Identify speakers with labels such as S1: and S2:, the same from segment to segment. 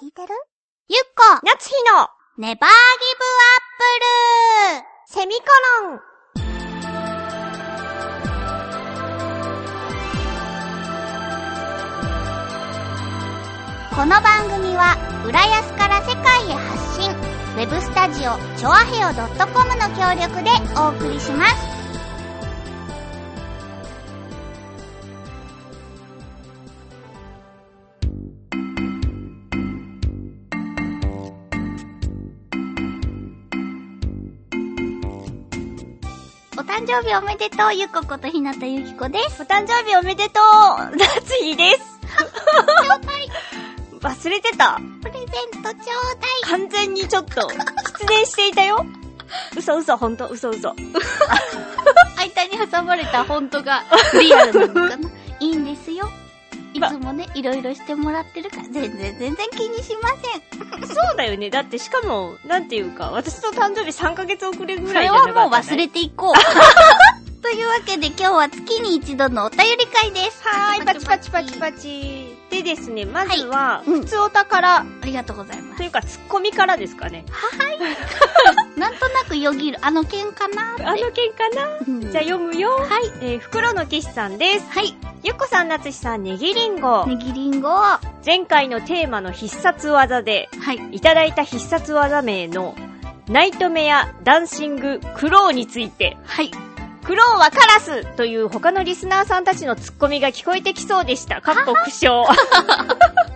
S1: 聞いてるゆっこ
S2: 夏日の
S1: ネバーギブアップルセミコロンこの番組は浦安から世界へ発信ウェブスタジオチョアヘオ .com の協力でお送りしますお誕生日おめでとうゆっこことひなたゆきこです
S2: お誕生日おめでとう 夏日です
S1: ちょうだい
S2: 忘れてた
S1: プレゼントちょうだい
S2: 完全にちょっと、失念していたよ嘘嘘、ほんと、嘘嘘。
S1: 間に挟まれたフォント がリアルなのかないいんですよ。いつもね、いろいろしてもらってるから、全然全然気にしません。
S2: そうだよね。だってしかも、なんていうか、私の誕生日3ヶ月遅れぐ
S1: そ
S2: らい
S1: れ
S2: じゃな
S1: は
S2: かった、
S1: も
S2: ね、
S1: う忘れていこう。というわけで今日は月に一度のお便り会です。
S2: はーい、パチパチパチパチ。でですね、まずは、
S1: いうん
S2: 普通お宝、
S1: ありがとうございま
S2: と
S1: す。
S2: いうか、ツッコミからですかね。
S1: なんとなくよぎる、あの件かな
S2: あ
S1: ーっ
S2: の
S1: て。
S2: 件かな
S1: うん
S2: じゃあ読むよ。
S1: はい。
S2: えー、袋の騎士さんです。
S1: はい。
S2: ゆっこさん、なつしさん、ネギリンゴ。
S1: ねぎりんごを。は
S2: 前回のテーマの必殺技で、
S1: い。
S2: いただいた必殺技名の、ナイトメア、ダンシング、クローについて、
S1: はい。
S2: クローはカラスという他のリスナーさんたちのツッコミが聞こえてきそうでした。かっこ苦笑。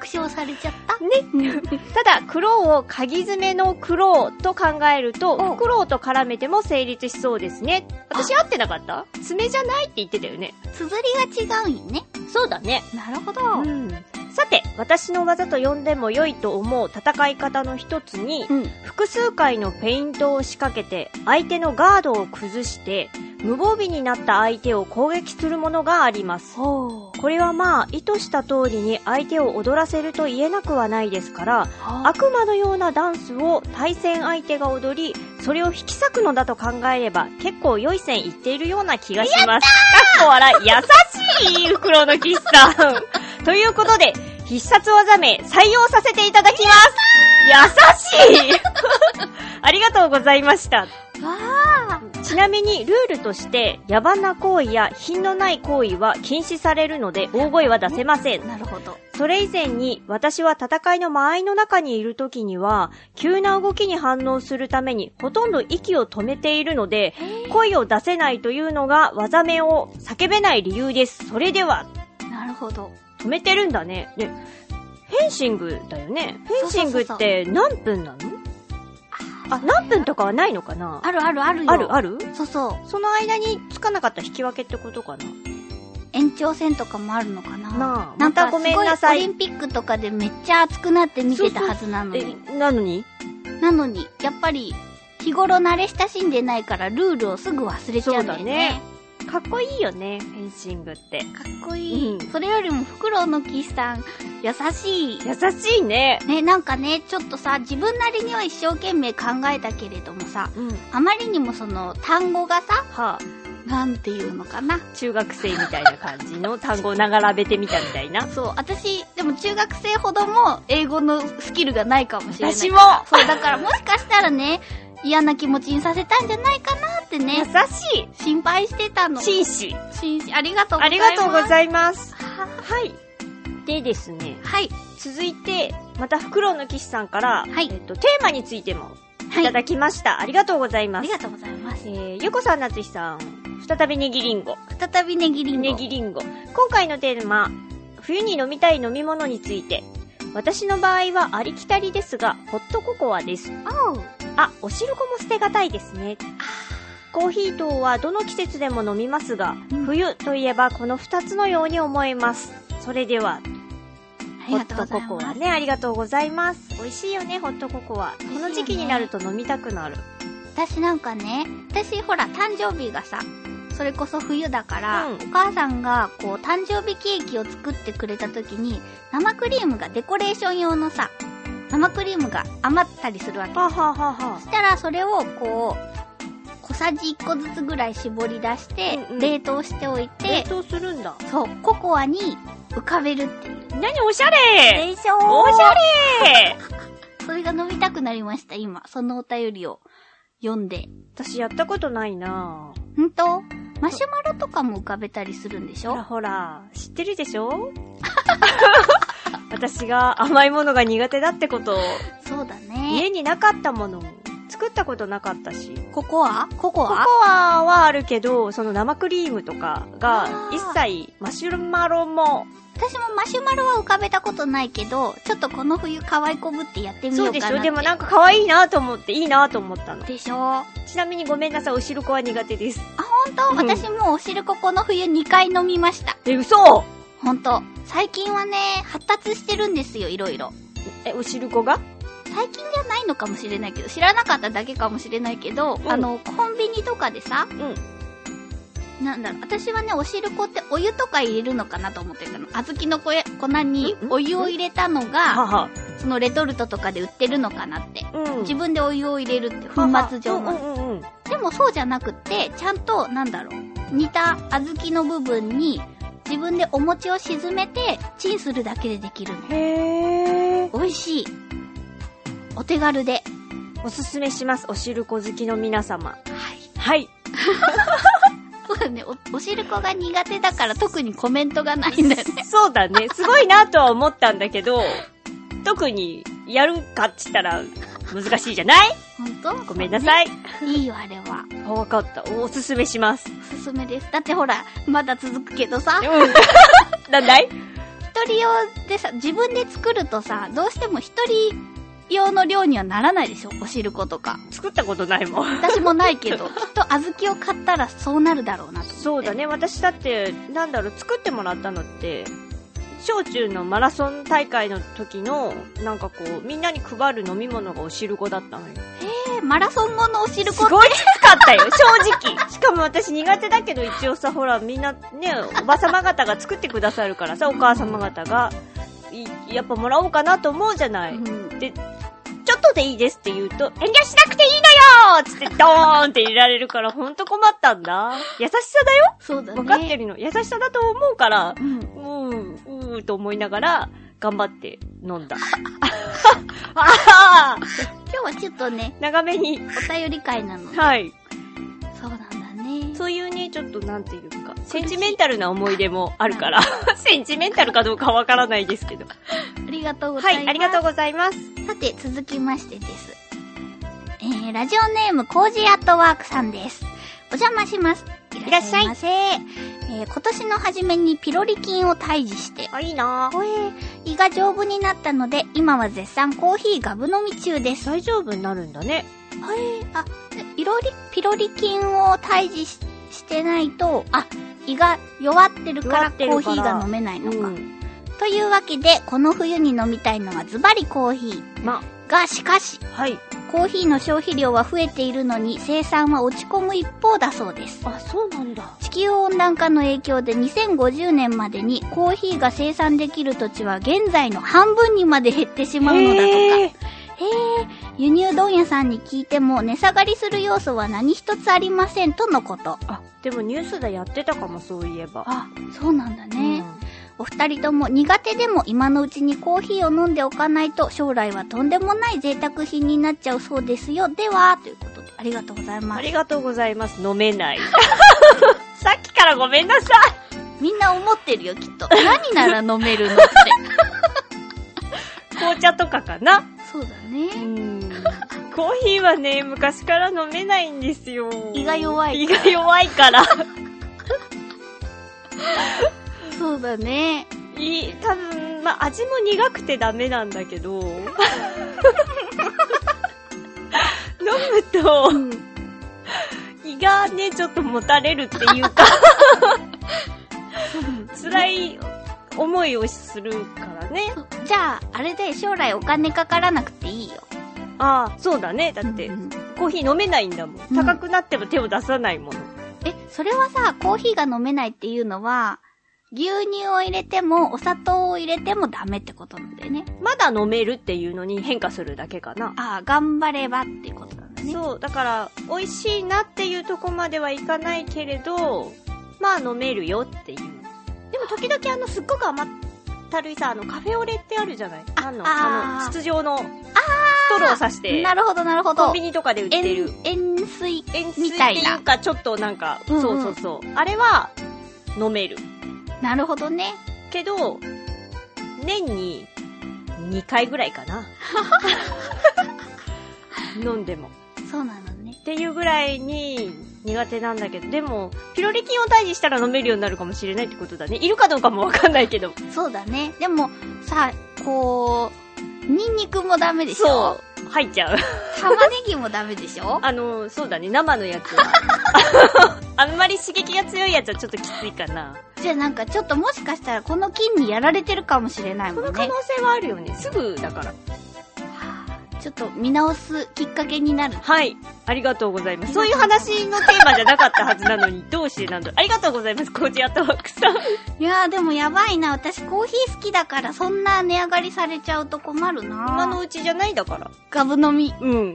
S1: 苦笑されちゃった。
S2: ね。ただ、クローを鍵爪のクローと考えると、
S1: うん
S2: フクロウと絡めても成立しそうですね。私合ってなかった爪じゃないって言ってたよね。
S1: 綴りが違うんよね。
S2: そうだね。
S1: なるほど。
S2: うん。さて、私の技と呼んでも良いと思う戦い方の一つに、
S1: うん。
S2: 複数回のペイントを仕掛けて相手のガードを崩して無防備になった相手を攻撃するものがあります
S1: ほう。
S2: これはまあ意図した通りに相手を踊らせると言えなくはないですから
S1: あ、
S2: 悪魔のようなダンスを対戦相手が踊りそれを引き裂くのだと考えれば結構良い線いっているような気がしますかっこ笑い優しい袋の岸さんということで必殺技名採用させていただきます優しい ありがとうございました
S1: わ
S2: ちなみにルールとして野蛮な行為や品のない行為は禁止されるので大声は出せません
S1: ー。なるほど。
S2: それ以前に私は戦いの間合いの中にいる時には急な動きに反応するためにほとんど息を止めているので声を出せないというのが技名を叫べない理由です。それでは
S1: なるほど。
S2: 止めてるんだね。ねフェンシングだよね。フェンシング
S1: そうそうそうそう
S2: って何分なのあ、何分とかはないのかな
S1: あるあるあるよ。
S2: あるある
S1: そうそう。
S2: その間につかなかった引き分けってことかな
S1: 延長戦とかもあるのかな。
S2: なあ
S1: なんか
S2: またごめんなさい
S1: すごオリンピックとかでめっちゃ熱くなって見てたはずなのに。
S2: え、なのに
S1: なのに、やっぱり、日頃慣れ親しんでないからルールをすぐ忘れちゃうんだよね。
S2: かっこいいよね、フェンシングって。
S1: かっこいい。
S2: うん
S1: それよりも、フクロウの岸さん、優しい。
S2: 優しいね。
S1: ね、なんかね、ちょっとさ、自分なりには一生懸命考えたけれどもさ、
S2: うん。
S1: あまりにもその、単語がさ、
S2: はあ、
S1: なんていうのかな。
S2: 中学生みたいな感じの単語を並べてみたみたいな。
S1: そう、私、でも中学生ほども英語のスキルがないかもしれない。
S2: 私も
S1: そう、だからもしかしたらね、嫌な気持ちにさせたんじゃないかなって
S2: 優
S1: ね、
S2: しい
S1: 心配してたの。
S2: 紳士。
S1: 紳士、ありがとうござ
S2: あ
S1: い
S2: り
S1: ます。
S2: がとうございます。
S1: は
S2: はい。でですね、
S1: はい、
S2: 続いて、また、フクロウの騎士さんから、
S1: はい
S2: えっと、テーマについてもい
S1: は
S2: た
S1: い。
S2: だきました。ありがとうござい
S1: あ
S2: ま
S1: り
S2: す。
S1: がとうございます。
S2: えー、ゆこさん、なつひさん、再びネギリンゴ。
S1: 再びねぎりんご。
S2: ネギリンゴ。今回のテーマ、冬に飲みたい飲み物について。私の場合はありきたりですが、ホットココアです。
S1: おう
S2: あ、お汁粉も捨てがたいですね。コーヒー等はどの季節でも飲みますが、
S1: うん
S2: 冬といえばこの2つのように思います。それでは、
S1: あり
S2: ホ
S1: が
S2: ッ
S1: とうござ
S2: トコ
S1: い
S2: コ
S1: ま
S2: ア
S1: す。
S2: ね、ありがとうございます。美味しいよね、ホットココア。
S1: 味しい
S2: こ
S1: よね
S2: の時期になると飲みたくなる。
S1: 私なんかね、私ほら、誕生日がさ、それこそ冬だから、
S2: うん
S1: お母さんが、こう、誕生日ケーキを作ってくれた時に、生クリームがデコレーション用のさ、生クリームが余ったりするわけ。
S2: はあ、はあはあは
S1: そしたら、それを、こう、小さじ1個ずつぐらい絞り出して
S2: う、んうん
S1: 冷凍しておい
S2: あ、冷
S1: て、
S2: 凍するんだ。
S1: そう、ココアに浮かべるっていう。
S2: 何おしゃれ
S1: でしょー
S2: おしゃれ
S1: それが飲みたくなりました、今。そのお便りを読んで。
S2: 私やったことないなぁ。
S1: ほんとマシュマロとかも浮かべたりするんでし
S2: ほら
S1: ょ
S2: ほら、知ってるでしょ 私が甘いものが苦手だってことを、
S1: そうだね。
S2: 家になかったものを作ったことなかったし。
S1: ココアココ
S2: ココ
S1: ア
S2: アはあるけど、その生クリームとかが
S1: あー
S2: 一切マシュマロも、
S1: 私もマシュマロは浮かべたことないけど、ちょっとこの冬可愛いこぶってやってみよ
S2: そ
S1: う
S2: う
S1: か
S2: で
S1: な
S2: し
S1: って。
S2: ょでもなんか可愛いなと思って、いいなと思ったの。
S1: でしょ
S2: ちなみにごめんなさい、おしるこは苦手です。
S1: ほんと
S2: うん
S1: 私もお汁粉この冬2回飲みました。
S2: え、嘘
S1: ほんと最近はね、発達してるんですよ、いろいろ。
S2: え、おしるこが
S1: 最近じゃないのかもしれないけど、知らなかっただけかもしれないけど、
S2: うん
S1: あの、コンビニとかでさ、
S2: う
S1: なんだろう、私はね、お汁粉ってお湯とか入れるのかなと思ってたの。小豆の粉や粉に
S2: うん
S1: お湯を入れたのが、
S2: は。
S1: そのレトルトとかで売ってるのかなって。
S2: うん。
S1: 自分でお湯を入れるって、粉末状
S2: うん
S1: の。
S2: うんうんうん。
S1: でもそうじゃなくって、ちゃんと、なんだろう、煮た小豆の部分に、自分でお餅を沈めて、チンするだけでできるの。
S2: へー。
S1: 美味しい。お手軽で。
S2: おすすめします、おしるこ好きの皆様。
S1: はい。
S2: はい。
S1: そうだね、お、おしるこが苦手だから特にコメントがないんだよね。
S2: そうだね。すごいなとは思ったんだけど、特にやるかっつったら難しいじゃない
S1: ほんと
S2: ごめんなさ
S1: い。
S2: い。
S1: いいよ、あれは。
S2: あわかった。おすすめします。
S1: おすすめです。だってほら、まだ続くけどさ、
S2: うん。 なんだい
S1: 一人用でさ、自分で作るとさ、どうしても一人用の量にはならないでしょおしることか。
S2: 作ったことないもん。
S1: 私もないけ ど、きっと小豆を買ったらそうなるだろうなと。
S2: そうだね。私だって、なんだろう、作ってもらったのって、小中のマラソン大会の時の、なんかこう、みんなに配る飲み物がおしるこだったのよ。
S1: えーマラソン後のおしる
S2: す
S1: こ、
S2: ごいきつかったよ、正直。しかも私苦手だけど、一応さ、ほら、みんなね、おばさま方が作ってくださるからさ、お母様方が、いやっぱもらおうかなと思うじゃない。
S1: うん
S2: ちょっとでいいですって言うと、遠慮しなくていいのよつってドーンって入れられるから、ほんと困ったんだ。優しさだよ、
S1: そうだね。
S2: わかってるの。優しさだと思うから、
S1: うん。
S2: うーん、うーんと思いながら、頑張って飲んだ。あはは
S1: 今日はちょっとね、
S2: 長めに。
S1: お便り会なので。
S2: はい。
S1: そうなんだね。
S2: そういうね、ちょっとなんていうか、センチメンタルな思い出もあるから、 センチメンタルかどうかわからないですけど。
S1: ありがとうござ
S2: はい
S1: ます。
S2: い、ありがとうございます。
S1: さて、続きましてです。えー、ラジオネーム、コージーアットワークさんです。お邪魔します。いらっしゃいませ。えー、今年の初めにピロリ菌を退治して、
S2: あ、いいなぁ
S1: ほえー胃が丈夫になったので、今は絶賛コーヒーガブ飲み中です。
S2: 大丈夫になるんだね。
S1: ほえーあ、ピロリ、ピロリ菌を退治ししてないと、あ、胃が弱ってるか
S2: 弱
S1: ら
S2: って
S1: コ
S2: るか
S1: ー
S2: ら
S1: ヒーが飲めないのか。
S2: うん。
S1: というわけで、この冬に飲みたいのはズバリコーヒー。
S2: ま、
S1: が、しかし、
S2: はい。
S1: コーヒーの消費量は増えているのに生産は落ち込む一方だそうです。
S2: あ、そうなんだ。
S1: 地球温暖化の影響で2050年までにコーヒーが生産できる土地は現在の半分にまで減ってしまうのだとか。
S2: へー
S1: 輸入問屋さんに聞いても値下がりする要素は何一つありませんとのこと。
S2: あ、でもニュースでやってたかも、そういえば。
S1: あ、そうなんだね。お二人とも苦手でも今のうちにコーヒーを飲んでおかないと将来はとんでもない贅沢品になっちゃうそうですよ。では、ということでありがとうござい
S2: うん。
S1: ま
S2: あ
S1: す。
S2: りがとうございます。飲め ない。さっきからごめんなさい。
S1: みんな思ってるよ、きっ と。何なら飲めるのって。
S2: 紅茶とかかな。
S1: そうだ
S2: う
S1: ね。
S2: ん。 コーヒーはね、昔から飲めないんですよ。
S1: 胃が弱い
S2: 胃が弱いから。
S1: そうだね。
S2: いい、多分、まあ、味も苦くてダメなんだけど、飲 むと
S1: う、ん。
S2: 胃がね、ちょっともたれるっていうか、 辛い思いをするからね。
S1: じゃあ、あれで将来お金かからなくていいよ。
S2: ああ、そうだね。だって
S1: う、ん
S2: コーヒー飲めないんだもん。
S1: うん
S2: 高くなっても手を出さないもの。
S1: え、それはさ、コーヒーが飲めないっていうのは、牛乳を入れても、お砂糖を入れてもダメってことなんだよね。
S2: まだ飲めるっていうのに変化するだけかな。
S1: ああ、頑張ればっていうことなんだね。
S2: そう、だから、美味しいなっていうとこまではいかないけれど、まあ飲めるよっていう。
S1: でも
S2: も時々あの、すっごく甘ったるいさ、あの、カフェオレってあるじゃないあの、
S1: あー
S2: あの、筒状の、ストローさして、
S1: なるほど、なるほ
S2: コン
S1: ど
S2: ビ。ニとかで売って
S1: 塩
S2: る。、
S1: 塩水。
S2: 塩水
S1: み
S2: っ
S1: た
S2: て
S1: い
S2: い
S1: な
S2: うか、ちょっとなんか、
S1: うんうん
S2: そうそうそう。あれは、飲める。
S1: なるほどね。
S2: けど、年に2回ぐらいか な。飲んでも。
S1: そうなのね。
S2: っていうぐらいに苦手なんだけど、でも、ピロリ菌を退治したら飲めるようになるかもしれないってことだね。いるかどうかもわかんないけど。
S1: そうだね。でも、さ、こう、ニンニクもダメでしょ
S2: そう。入っちゃう。
S1: 玉ねぎもダメでしょ
S2: あの、そうだね。生のやつは。 あんまり刺激が強いやつはちょっときついかな。
S1: じゃあなんかちょっともしかしたらこの菌にやられてるかもしれない
S2: そ
S1: も
S2: の
S1: ん
S2: 可
S1: ね
S2: 能。性はあるよね。すぐだから。
S1: ちょっと見直すきっかけになる。
S2: はい。ありがとうございます。そういう話のテーマじゃなかったはずなのに、どうしてなんだろう。ありがとうございます、コージアットワークさん。
S1: いやーでもやばいな。私コーヒー好きだからそんな値上がりされちゃうと困るな。
S2: 今のうちじゃないだから。
S1: ガブ飲み。
S2: うん。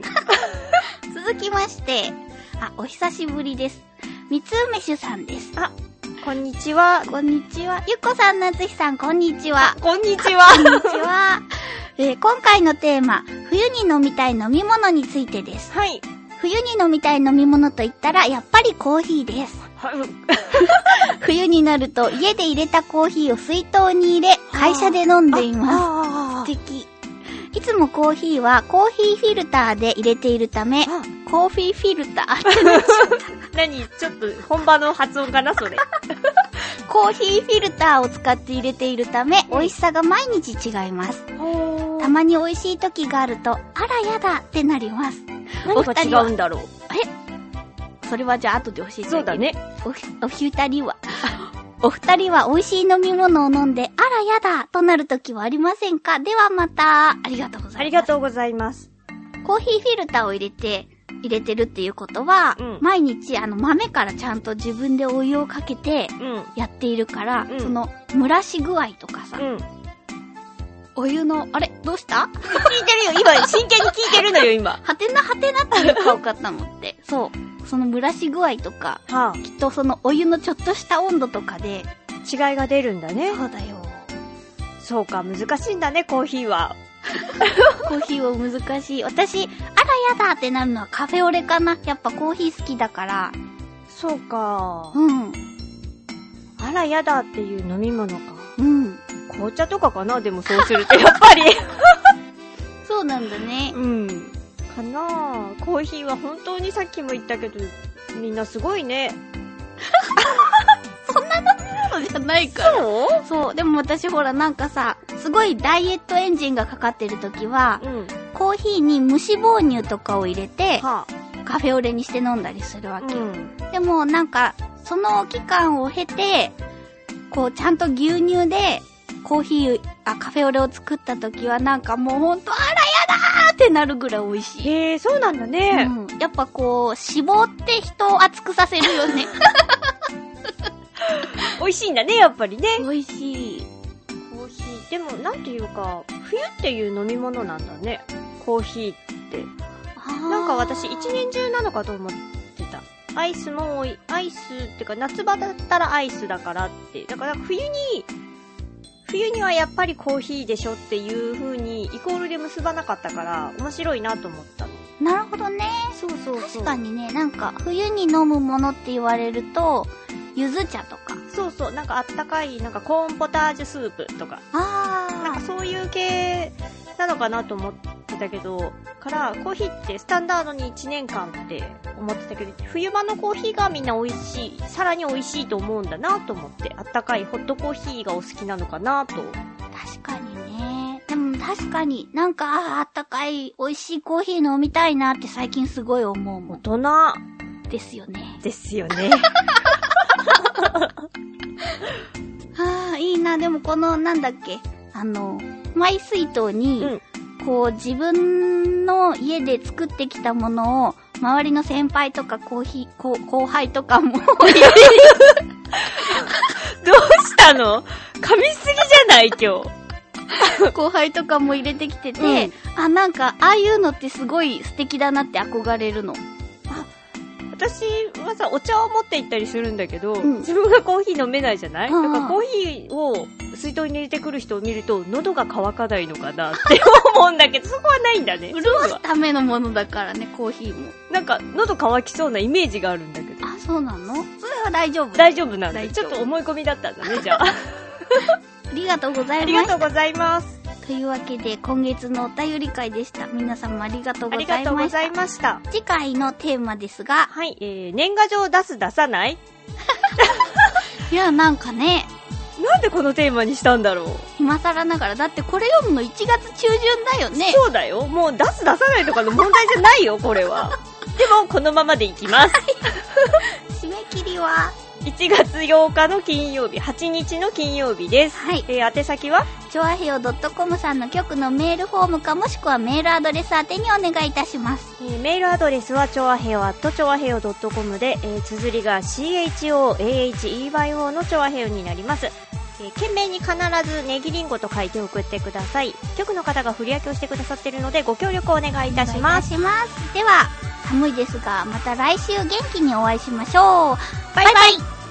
S1: 続きまして、あ、お久しぶりです。三つ梅酒さんです。
S2: こんにちは。
S1: こんにちは。ゆっこさん、なつひさん、こんにちは。
S2: こんにちは。
S1: こんにちは。えー今回のテーマ、冬に飲みたい飲み物についてです。
S2: はい。
S1: 冬に飲みたい飲み物と言ったら、やっぱりコーヒーです。
S2: は
S1: 冬になると、家で入れたコーヒーを水筒に入れ、会社で飲んでいます。
S2: あ
S1: 素敵。いつもコーヒーはコーヒーフィルターで入れているため、
S2: あ
S1: コーヒーフィルター、
S2: 何ちょっと本場の発音かなそ れ。
S1: コーヒーフィルターを使って入れているため、美味しさが毎日違います。
S2: お
S1: たまに美味しい時があると、あらやだってなります。
S2: 何が違うんだろ
S1: それはじゃあ後で教えてあげ
S2: う。
S1: る
S2: そうだ。ね。
S1: おひ、お二人は、 お二人は美味しい飲み物を飲んで、あらやだとなる時はありませんかではまた、ありがとうございます。
S2: ありがとうございます。
S1: コーヒーフィルターを入れて、入れてるっていうことは、
S2: うん
S1: 毎日あの豆からちゃんと自分でお湯をかけて
S2: うん。
S1: やっているから、
S2: うん
S1: その蒸らし具合とかさ、
S2: うん。聞い
S1: お湯の、あれどうした
S2: てるよ。今、真剣に聞いてるのよ、今。
S1: はてなはてなっていう顔かと思って。そう。その蒸らし具合とか、
S2: は
S1: きっとそのお湯のちょっとした温度とかで、
S2: あ、違いが出るんだね。
S1: そうだよ。
S2: そうか、難しいんだね、コーヒーは。
S1: コーヒーは難しい。私、あらやだってなるのはカフェオレかな。やっぱコーヒー好きだから。
S2: そうか。
S1: うん。
S2: あら、やだっていう飲み物か。
S1: うん。
S2: 紅茶とかかなでもそうすると、 やっぱり。
S1: そうなんだね。
S2: うん。かなあコーヒーは本当にさっきも言ったけど、みんなすごいね。
S1: そうじゃないから。
S2: そう
S1: そう。でも私ほらなんかさ、すごいダイエットエンジンがかかってる時は、
S2: うん。
S1: コーヒーに無脂肪乳とかを入れて、
S2: はあ。
S1: カフェオレにして飲んだりするわけ。
S2: うん。
S1: でもなんか、その期間を経て、こうちゃんと牛乳でコーヒー、あ、カフェオレを作った時はなんかもうほんと、あらやだーってなるぐらい美味しい。
S2: へえ、そうなんだね。
S1: うん、やっぱこう、脂肪って人を熱くさせるよ ね。
S2: 美味しいんだね、やっぱりね。
S1: 美味しい。
S2: コーヒー。でも、なんていうか、冬っていう飲み物なんだね。コーヒーって。 なんか私、一年中なのかと思ってた。アイスも多い。アイスってか、夏場だったらアイスだからって。だから、冬に、冬にはやっぱりコーヒーでしょっていう風に、イコールで結ばなかったから、面白いなと思ったの。
S1: なるほどね。
S2: そうそうそ
S1: 確
S2: う。
S1: かにね、なんか、冬に飲むものって言われると、ゆず茶とか。
S2: そうそう。なんかあったかい、なんかコーンポタージュスープとか。なんか
S1: あ
S2: そういう系なのかなと思ってたけど、から、コーヒーってスタンダードに1年間って思ってたけど、冬場のコーヒーがみんな美味しい、さらに美味しいと思うんだなと思って、あったかいホットコーヒーがお好きなのかな
S1: あ、
S2: と。
S1: 確かにね。でも確かになんか、あーあったかい、美味しいコーヒー飲みたいなって最近すごい思うも
S2: 大
S1: ん
S2: 人
S1: ですよね。
S2: ですよね。
S1: ああ、いいな。でもこの、なんだっけ、あの、マイ水筒に、
S2: うん
S1: こう自分の家で作ってきたものを、周りの先輩とかコーヒー、こう後輩とか も入れて
S2: どうしたの噛みすぎじゃない今日。
S1: 後輩とかも入れてきてて、
S2: うん
S1: あ、なんか、ああいうのってすごい素敵だなって憧れるの。
S2: 私はさ、お茶を持って行ったりするんだけど、
S1: うん
S2: 自分がコーヒー飲めないじゃない、
S1: うんうん
S2: だからコーヒーを水筒に入れてくる人を見ると、喉が渇かないのかなって思うんだけど、 そこはないんだね。
S1: 潤
S2: そういうの
S1: す
S2: は
S1: ためのものだからね、コーヒーも。
S2: なんか、喉渇きそうなイメージがあるんだけど。
S1: あ、そうなのそれは大丈夫。
S2: 大丈夫なんだ。
S1: 大
S2: ち
S1: 丈
S2: ょ
S1: 夫
S2: っと思い込みだったんだね、じゃ
S1: あ
S2: あ。
S1: りがとうござ
S2: あ
S1: い
S2: り
S1: ま
S2: が
S1: し
S2: と
S1: た。
S2: うございます。
S1: というわけで、今月のお便り会でした。皆様ありがとう
S2: あ
S1: ご
S2: り
S1: ざ
S2: が
S1: い
S2: とうご
S1: ました。
S2: ざいました。
S1: 次回のテーマですが、
S2: はい、えー、年賀状出す出さない
S1: いや、なんかね、
S2: なんでこのテーマにしたんだろう、
S1: 今更ながら、だってこれ読むの1月中旬だよね。
S2: そうだよ。もう出す出さないとかの問題じゃないよ、これは。でも、このままでいきます。
S1: 締め切りは、
S2: 1月8日の金曜日、8日の金曜日です。
S1: はい。
S2: えー、宛先は
S1: ちょあへよ .com さんの局のメールフォームかもしくはメールアドレス宛てにお願いいたします。
S2: えーメールアドレスは、ちょわへよ、アットちょわへよ .com で、えー、綴りが CHOAHEYO のちょわへよになります。えー、懸命に必ずネギリンゴと書いて送ってください。局の方が振り分けをしてくださっているので、ご協力をお願いいたします。
S1: お願いいたします。では、寒いですが、また来週元気にお会いしましょう。
S2: バイバイ
S1: バイバイ